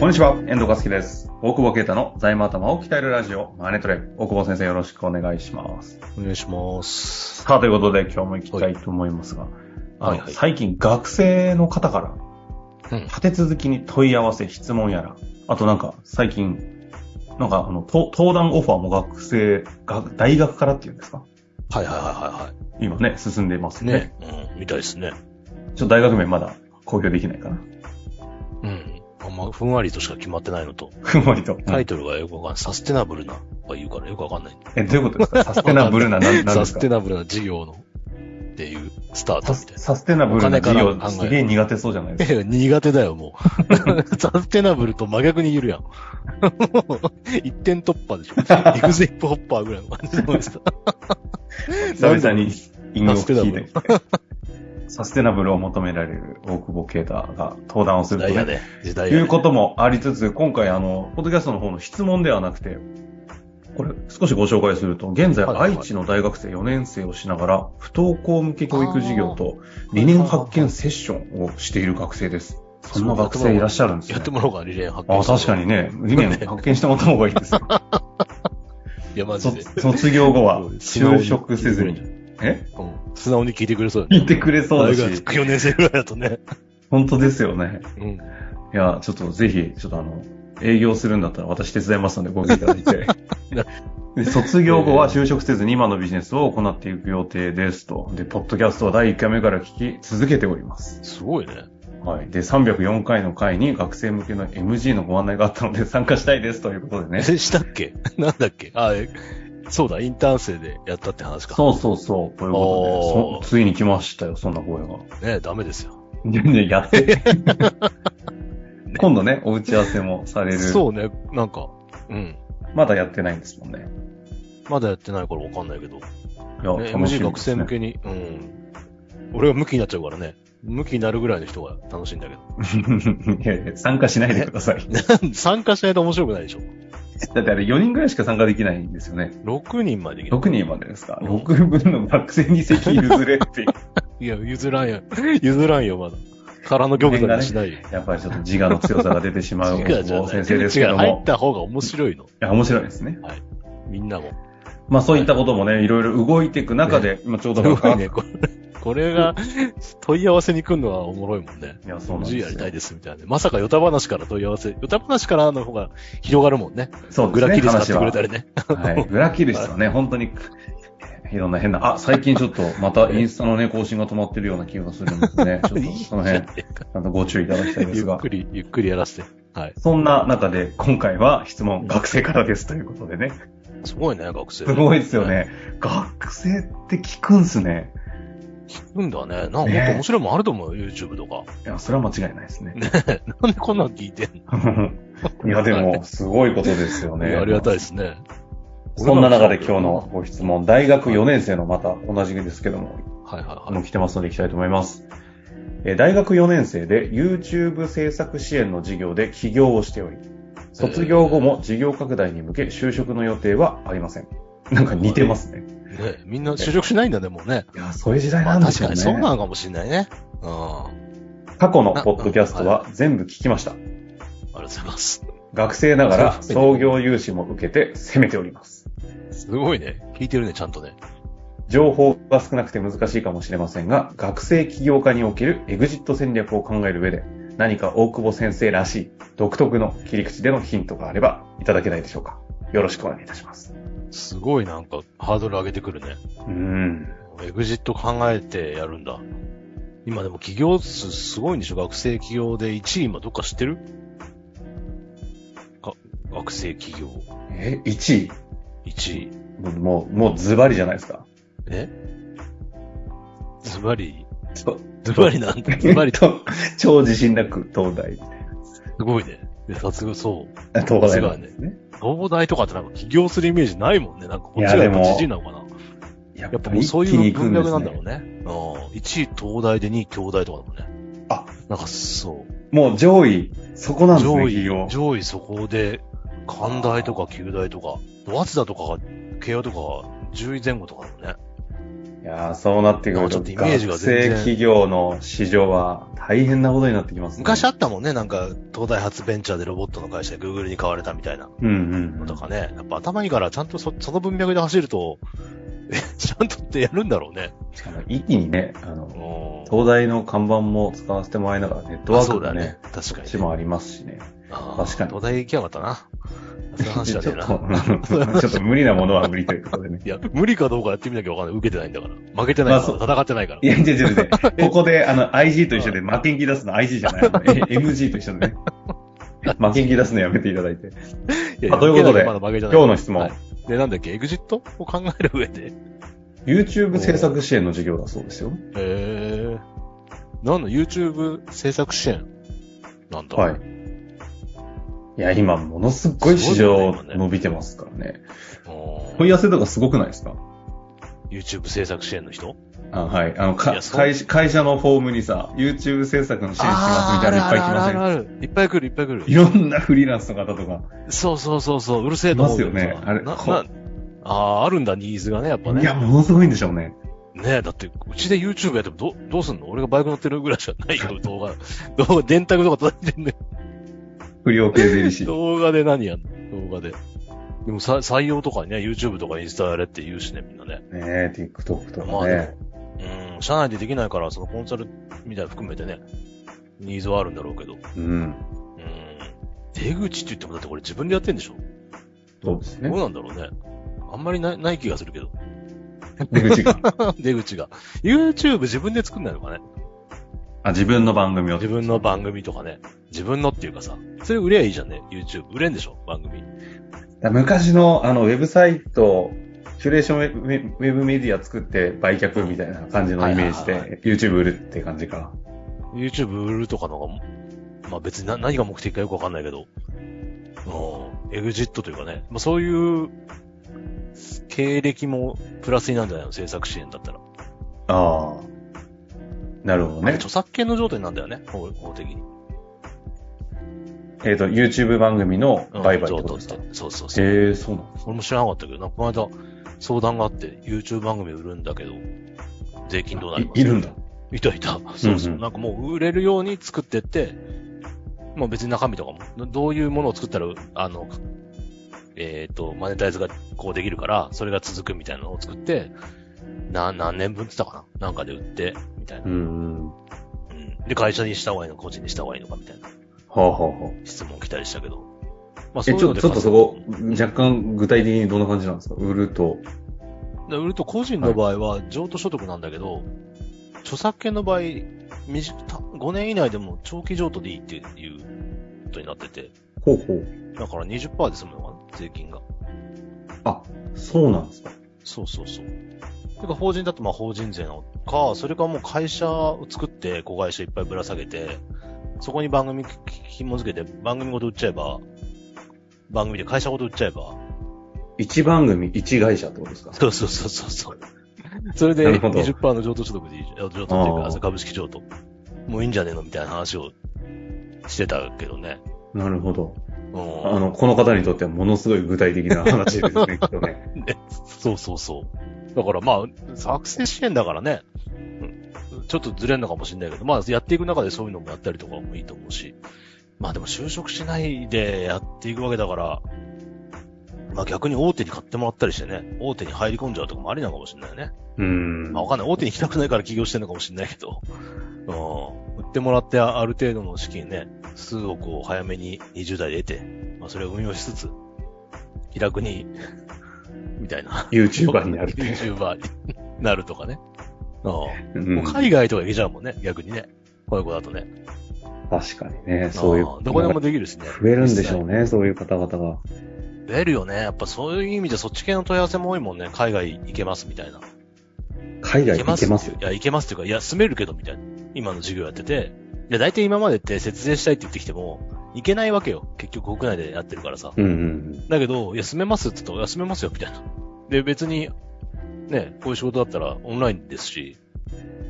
こんにちは、遠藤和樹です。大久保啓太の財務頭を鍛えるラジオ、マネトレ。大久保先生よろしくお願いします。お願いします。さあ、ということで今日も行きたいと思いますが、あのはいはい最近学生の方からうん。立て続きに問い合わせ、質問やら、あとなんか最近、なんかあの、と登壇オファーも学生、学大学からっていうんですかはいはいは今ね、進んでますいはいはい。ね。ね。うん。みたいですね。ちょっと大学名まだ公表できないかな。 うん。あんまふんわりとしか決まってないのと、ふんわりと。タイトルがよくわかんない。サステナブルな、とか言うからよくわかんない。え、どういうことですかサステナブルな、なんなんでサすスかテナブルな事業の、っていうスターサトみスたいな。サステナブルな事お金から業、考えるすげえ苦手そうじゃないですかいや、苦手だよ、も う。サステナブルと真逆に言えるやん。 もう一点突破でしょ。 エグゼップホッパーぐらいの感じのスタ久々に引用を聞いてなんできて。 サステナブルを求められる大久保啓太が登壇をす時ると、代やね、ね。時と代いやうね。こともありつつ、今回あの、ポッドキャストの方の質問ではなくて、これ少しご紹介すると、現在はいはい愛知の大学生4年生をしながら、不登校向け教育事業と理念発見セッションをしている学生です。そんな学生いらっしゃるんですやねって。もらおうか、リレー発見。あ、確かに。ね、理念発見してもらった方がいいですよ。いや、 マジそで。卒業後は素直に就職せずに。えうん。素直に聞いてくれそうだね言ってくれそうだ大し学、4年生ぐらいだとね。本当ですよね。うん。いや、ちょっとぜひ、ちょっとあの、営業するんだったら私手伝いますのでご協力いただい なて。で卒業後は就職せずに今のビジネスを行っていく予定ですと。で、ポッドキャストは第1回目から聞き続けております。すごいね。はい。で、304回の回に学生向けの MG のご案内があったので参加したいですということでえ、ね。したっけ なんだっけあ、えそうだ、インターン生でやったって話か。そうそうそう。ということおーで、そついに来ましたよ、そんな声が。ねダメですよ。いやいや、やって。 今度ね、お打ち合わせもされる。そうね、なんか、うん。まだやってないんですもんね。まだやってないからわかんないけど。ね、いや、 MG 学生向け。けに、うん。俺がムキになっちゃうからね。ムキになるぐらいの人が楽しいんだけど。 いやいや、参加しないでください。参加しないと面白くないでしょ。だってあれ4人ぐらいしか参加できないんですよね。 6人までできる。 6人までですか。うん6分の学生に席譲れって いう。いや、譲らんよ。 譲らんよ、まだ。空の玉座にはしないよ。やっぱりちょっと自我の強さが出てし まう違大うじ久ゃ保ない。先生ですけ違どう入っも。た方が面白いの。いや、面白いですね。みんなも。まあそういったこともね、いろいろ動いていく中で、今ちょうどすごい学ね、これ。 これが、問い合わせに来るのはおもろいもんね。いや、そうなん MG やでりすたいよ。ですみたいなね。まさかヨタ話から問い合わせ。ヨタ話からの方が広がるもんね。そうグですラキね、リス買っ話てくはれた。りね。はい。グラキルス はね、本当に、いろんな変な、あ、最近ちょっとまたインスタのね、更新が止まってるような気がするんです ね。ちょっとその辺、ちゃんとご注意いただきたいでゆすっがく。り、ゆっくりやらせて。はい。そんな中で、今回は質問、学生からですということでね。すごいね、学生。すごいですよ。ね。学生って聞くんすね。うんだね。なんかもっとね面白いもんあると思うよ、YouTube とか。いや、それは間違いないですね。なんでこんなの聞いてんの いや、でも、すごいことですよね。ありが たいですね。そんな中で今日のご質問、大学4年生のまた同じですけども、はいはいはもうい。来てますので行きたいと思います。えー大学4年生で YouTube 制作支援の事業で起業をしており、卒業後も事業拡大に向け就職の予定はありません。なんか似てますね。ね、みんな就職しないんだね、もうね。いや、そういう時代まなあんで確すよかね。にそうなのかもしれないね。うん。あ過去のポッドキャストは全部聞きました。りがとうございます。学生ながら創業融資も受けて攻めております。すごいね。聞いてるね、ちゃんとね。情報が少なくて難しいかもしれませんが、学生起業家におけるエグジット戦略を考える上で、何か大久保先生らしい独特の切り口でのヒントがあればいただけないでしょうか。よろしくお願いいたします。すごいなんか、ハードル上げてくるね。うん。エグジット考えてやるんだ。今でも企業数すごいんでしょ学生企業で1位今どっか知ってるか学生企業え、1位1位。もうもう、もうズバリじゃないですか。えズバリ、ちょズバリなんだ。ズバリ、す と、超自信なく東大、ごいね。で、さすがそう。東大なんですね。東大とかってなんか起業するイメージないもんね。なんかこっちがいややっでもぱじじいなのかな。ややっぱもうりそう一い気にう行く文ですね脈なんだろうね。うん。1位東大で2位京大とかだもんね。あ、なんかそう。もう上位、そこなんですね、上企業位、上位そこで、関大とか九大とか、早稲田とかが、慶応とかが10位前後とかだもんね。いやーそうなってくるちと、ょっとイメージが学全然生企業の市場は大変なことになってきますね。昔あったもんね、なんか、東大発ベンチャーでロボットの会社で Google に買われたみたいなうんうのん。とかね。やっぱ頭いいから、ちゃんとそその文脈で走ると、 えちゃんとってやるんだろうね。しかも一気にね、あの、うん。東大の看板も使わせてもらいながら、ネットあワーそうクだのねね、。確かに地ね。もありますしね。あー確かに東大行きや がったな。そういう話だちょっねとな。うんちょっと無理なもの は無理ということでね。いや、無理かどうかやってみなきゃわかんない。受けてないんだから。負けてないから、ま戦ってないからい。や、違う違う違 う。ここで、あの、IG と一緒で、負けん気出すの IG じゃない。あの MG と一緒でね。負けん気出すのやめていただいて。いやあということで受けなきゃまだ負けじゃない今日の質問、はいで、なんだっけ、エグジットを考える上で。 YouTube 制作支援の事業だそうですよ。えー。なんの YouTube 制作支援なんだ。はい。いや、今、ものすっごい市場伸びてますからね。おー問い合わせとかすごくないですか YouTube 制作支援の人あはい。あの、かいやそう会社会社のフォームにさ、YouTube 制作の支援しますみたいなのいっぱい来ませんあるあるあるあるいっぱい来る、いっぱい来る。いろんなフリーランスの方とか。そうそうそうそう、うるせえと思うけどさいますよねあれなこなあーあるんだ、ニーズがね、やっぱね。いや、ものすごいんでしょうね。ねえ、だって、うちで YouTube やってもど、どうすんの俺がバイク乗ってるぐらいしかないよ、動画。動画、電卓とか叩いてんね不良系税理士。 動画で何やんの動画で。でもさ、採用とかにね、YouTube とかインスタやれって言うしね、みんなね。ねえ、TikTok とまかあねで。も、うん、社内でできないから、そのコンサルみたいなの含めてね、ニーズはあるんだろうけど。うん。うん。出口って言ってもだってこれ自分でやってんでしょそうですどうね。なんだろうね。あんまりない、ない気がするけど。 出口が。出口が。YouTube 自分で作んないのかねあ、自分の番組を。自分の番組とかね。自分のっていうかさ。それ売れゃいいじゃんね。YouTube。売れんでしょ番組。だ昔の、あの、ウェブサイト、キュレーションウェブウェブメディア作って売却みたいな感じのイメージはいはいで、YouTube 売るって感じか。 YouTube 売るとかのが、まあ別にな何が目的かよくわかんないけど。うん。エグジットというかね。まあそういう、経歴もプラスになるんじゃないの制作支援だったら。ああ。なるほどまあね。著作権の状態なんだよね。法法的に。えっ、と、YouTube 番組のうん売買ってことですか譲渡ってそうそうそう。ええそうなの俺も知らなかったけど、なんかこの間相談があって、YouTube 番組売るんだけど、税金どうなりますいいるんだ。いたいた。そうそう。うんなんかもう売れるように作ってって、まあ別に中身とかも、どどういうものを作ったら、あの、えっ、と、マネタイズがこうできるから、それが続くみたいなのを作って、な、何年分って言ったかななんかで売って、みたいな。ううんんうん。はで、会社にした方がいいの個人にした方がいいのかみたいなあ、はあはあ、質問来たりしたけど。まあえ、ちょのっと、でちょっとそこ、若干具体的にどんな感じなんですか売ると。で売ると個人の場合は譲渡所得なんだけど、著作権の場合、短た5年以内でも長期譲渡でいいっていうことになってて、ほうほう。だから20%で済むのかな税金が。あ、そうなんですかそうそうそう。てか法人だとまあ法人税のか、それかもう会社を作って子会社いっぱいぶら下げて、そこに番組紐付けて番組ごと売っちゃえば、番組で会社ごと売っちゃえば、一番組、一会社ってことですかそうそうそうそうそう。 それなでるほど20%の譲渡所得でいい、あ譲渡っていうあかーそう、株式譲渡。もういいんじゃねえのみたいな話をしてたけどね。なるほど。うん。あの、この方にとってはものすごい具体的な話です ね、きっとね。そうそうそう。だからまあ、作成支援だからね。うんちょっとずれんのかもしれないけど、まあ、やっていく中でそういうのもやったりとかもいいと思うし。まあでも就職しないでやっていくわけだから、まあ逆に大手に買ってもらったりしてね、大手に入り込んじゃうとかもありなのかもしれないよね。うんまあ、。わかんない。大手に行きたくないから起業してるのかもしれないけど、うん。売ってもらって、あある程度の資金ね、数億を早めに20代で得て、まあ、それを運用しつつ、気楽に、みたいな。 YouTuber になるっていう YouTuber になるとかね。うん。う、もうん海外とか行けちゃうもんね、逆にね。こういう子だとね。。確かにね、そういうんどこでも増できるしね。えるんでしょうね、そういう方々が。増えるよね。やっぱそういう意味じゃそっち系の問い合わせも多いもんね。海外行けますみたいな。海外いけま行すけいますや、いけますっていうか、いや、住めるけど、みたいな。今の授業やってて。いや、大体今までって節税したいって言ってきても、いけないわけよ。結局国内でやってるからさ。うんうんだけど、いや、住めますって言うと、いや、住めますよ、みたいな。で、別に、ね、こういう仕事だったらオンラインですし、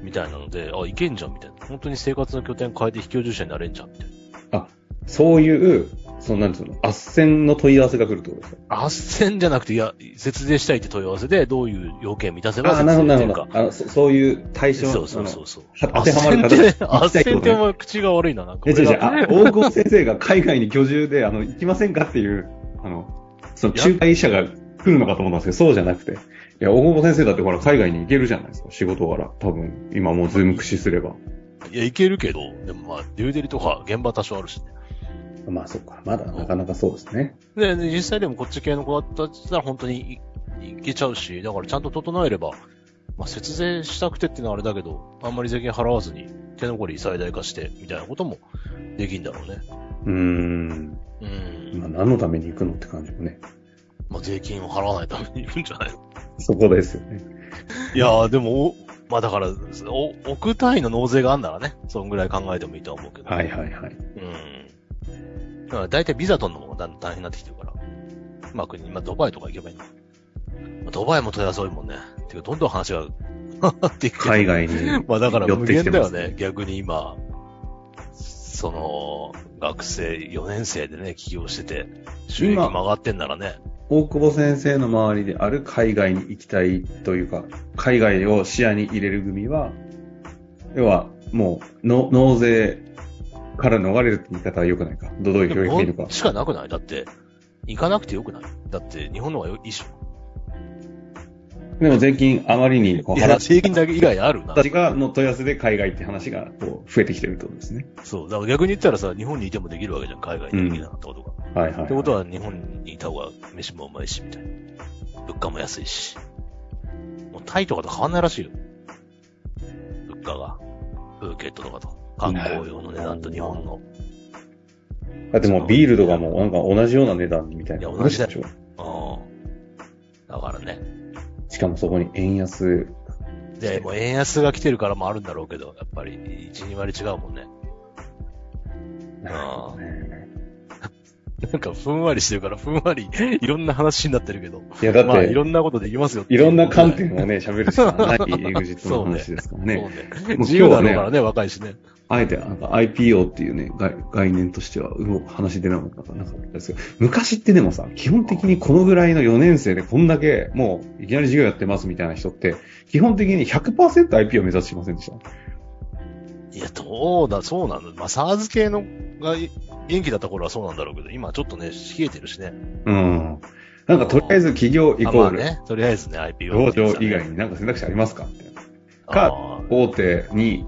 みたいなので、あ、いけんじゃん、みたいな。本当に生活の拠点変えて非居住者になれんじゃん、みたいな。うん。そういうその、なんつうの、斡旋の問い合わせが来るってことですか斡旋じゃなくて、いや、節税したいって問い合わせで、どういう要件満たせばああ、節なるほど、税なるといほうかど。。あの、そそういう対象そうそうそうう。そう。あのは当てはまるあっ方せんがって、あっせんっても口が悪いな、なんか。え、違う違う、俺あが大久保先生が海外に居住で、あの、行きませんかっていう、あの、その仲介者が来るのかと思ったんですけど、そうじゃなくて。いや、大久保先生だってほら、海外に行けるじゃないですか、仕事柄。多分、今もうズーム駆使すれば。いや、いけるけど、でもまあ、デューデリとか現場多少あるしね。まあ、そっか。まだなかなかそうですね。で、で実際でもこっち系の子だったら本当にいいけちゃうし、だからちゃんと整えれば、まあ、節税したくてってのはあれだけど、あんまり税金払わずに手残り最大化して、みたいなこともできんだろうね。うーん。うん。まあ、何のために行くのって感じもね。まあ、税金を払わないために行くんじゃないのそこですよね。いやー、でも、おまあだから、お、億単位の納税があんならね、そんぐらい考えてもいいとは思うけど。はいはいはい。うん。だから大体ビザ取るのもだんだん大変になってきてるから。まあ国、まあドバイとか行けばいいのか。まあドバイも問い合わせ多いもんね。てか、どんどん話が、 っていくけど海外に。まあだから寄っ無てき限てだまよすねね、逆に今。その、学生4年生でね、起業してて、収益今曲がってんならね。大久保先生の周りである海外に行きたいというか、海外を視野に入れる組は、要は、もう、の納税から逃れるって言い方は良くないか。どどういう表現でいいのか。しかなくないだって、行かなくてよくないだって、日本の方がよいいっしょ。でも税金あまりにこうい払や、っ税金だけ以外あるなた。ちがの問い合わせで海外って話がこう増えてきてるってことですね。そう。だから逆に言ったらさ、日本にいてもできるわけじゃん、海外にできなかったことが。はいはい、はい。ってことは日本にいた方が飯もうまいし、みたいな。物価も安いし。もうタイとかと変わんないらしいよ。物価が。プーケットとかと。観光用の値段と日本の。だってもうビールとかもなんか同じような値段みたいな。いや同じだよしょ。うん。だからね。しかもそこに円安。で、もう円安が来てるからもあるんだろうけど、やっぱり1、2割違うもんね。あねなんかふんわりしてるから、ふんわり いろんな話になってるけど。いやだって、まあ、いいろろんなことできますよってう。んな観 点をね、喋るしか ない EXIT の話ですからね。そうね。もう今自日由はだねろうからね、若いしね。あえて、なんか IPO っていうね、概概念としては、うお話出なかったなかったですけど、昔ってでもさ、基本的にこのぐらいの4年生でこんだけ、もう、いきなり授業やってますみたいな人って、基本的に 100%IPO 目指してませんでした。いや、どうだ、そうなの。まあ、サーズ系のが元気だった頃はそうなんだろうけど、今ちょっとね、冷えてるしね。うん。なんかとりあえず企業イコあまーあル、ね、とりあえずね、上 IPO。場以外になんか選択肢ありますかみたいな。かあー大手に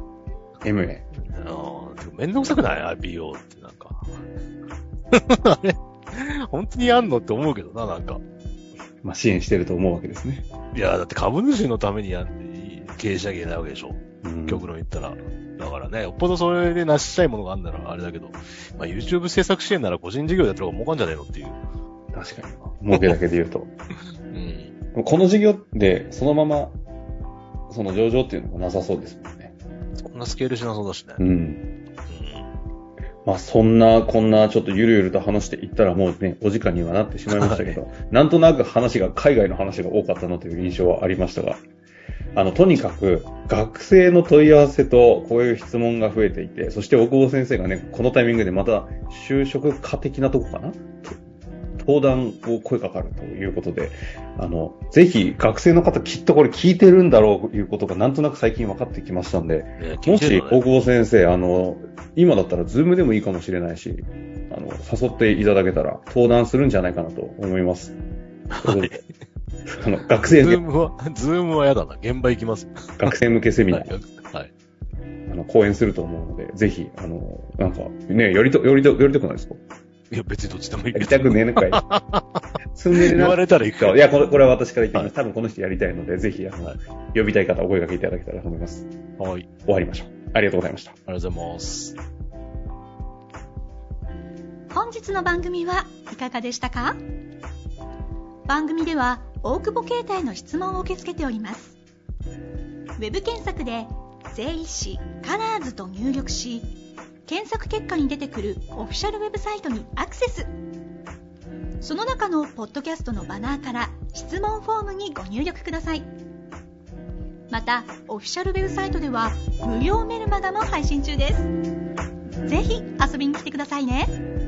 MA。あーでもめんどくさくない ?IPO ってなんか。 あれ本当にやんのって思うけどな、なんか。まあ支援してると思うわけですね。いや、だって株主のためにやん経営しなきゃいけないわけでしょ。うん極論言ったら。だからね、よっぽどそれで成したいものがあるならあれだけど、まあ YouTube 制作支援なら個人事業やった方が儲かんじゃねえのっていう。確かに。儲けだけで言うと。うん。この事業って、そのまま、その上場っていうのもなさそうですもんね。こんなスケールしなそうだしね。うん。うんまあそんな、こんなちょっとゆるゆると話していったらもうね、お時間にはなってしまいましたけど、なんとなく話が海外の話が多かったなという印象はありましたが、あの、とにかく学生の問い合わせとこういう質問が増えていて、そして大久保先生がね、このタイミングでまた就職家的なとこかなと登壇を声かかるということで、あの、ぜひ学生の方きっとこれ聞いてるんだろうということがなんとなく最近分かってきましたんで、ね聞もいてしるの、ね大久保先生、あの、今だったら、ズームでもいいかもしれないし、あの、誘っていただけたら、登壇するんじゃないかなと思います。はい あの、学ズ生ーね、ムは、ズームはやだな。現場行きます。学生向けセミナー、はい。あの、講演すると思うので、ぜひ、あの、なんか、ね、よりと、よりと、よりとくないですかいや、別にどっちでもいいやけりど。たくねえの かい。積んでる言なわ。れたら行くかいら。や、これ、これは私から言ってみます。多分この人やりたいので、ぜひ、あの、はい呼びたい方、お声掛けいただけたらと思います。はい。あり終わりましょう。ありがとうございました。がとうございます。本日の番組はいかがでしたか番組では大久保携帯の質問を受け付けておりますウェブ検索で「税理士カラーズと入力し検索結果に出てくるオフィシャルウェブサイトにアクセスその中のポッドキャストのバナーから質問フォームにご入力くださいまたオフィシャルウェブサイトでは無料メルマガも配信中ですぜひ遊びに来てくださいね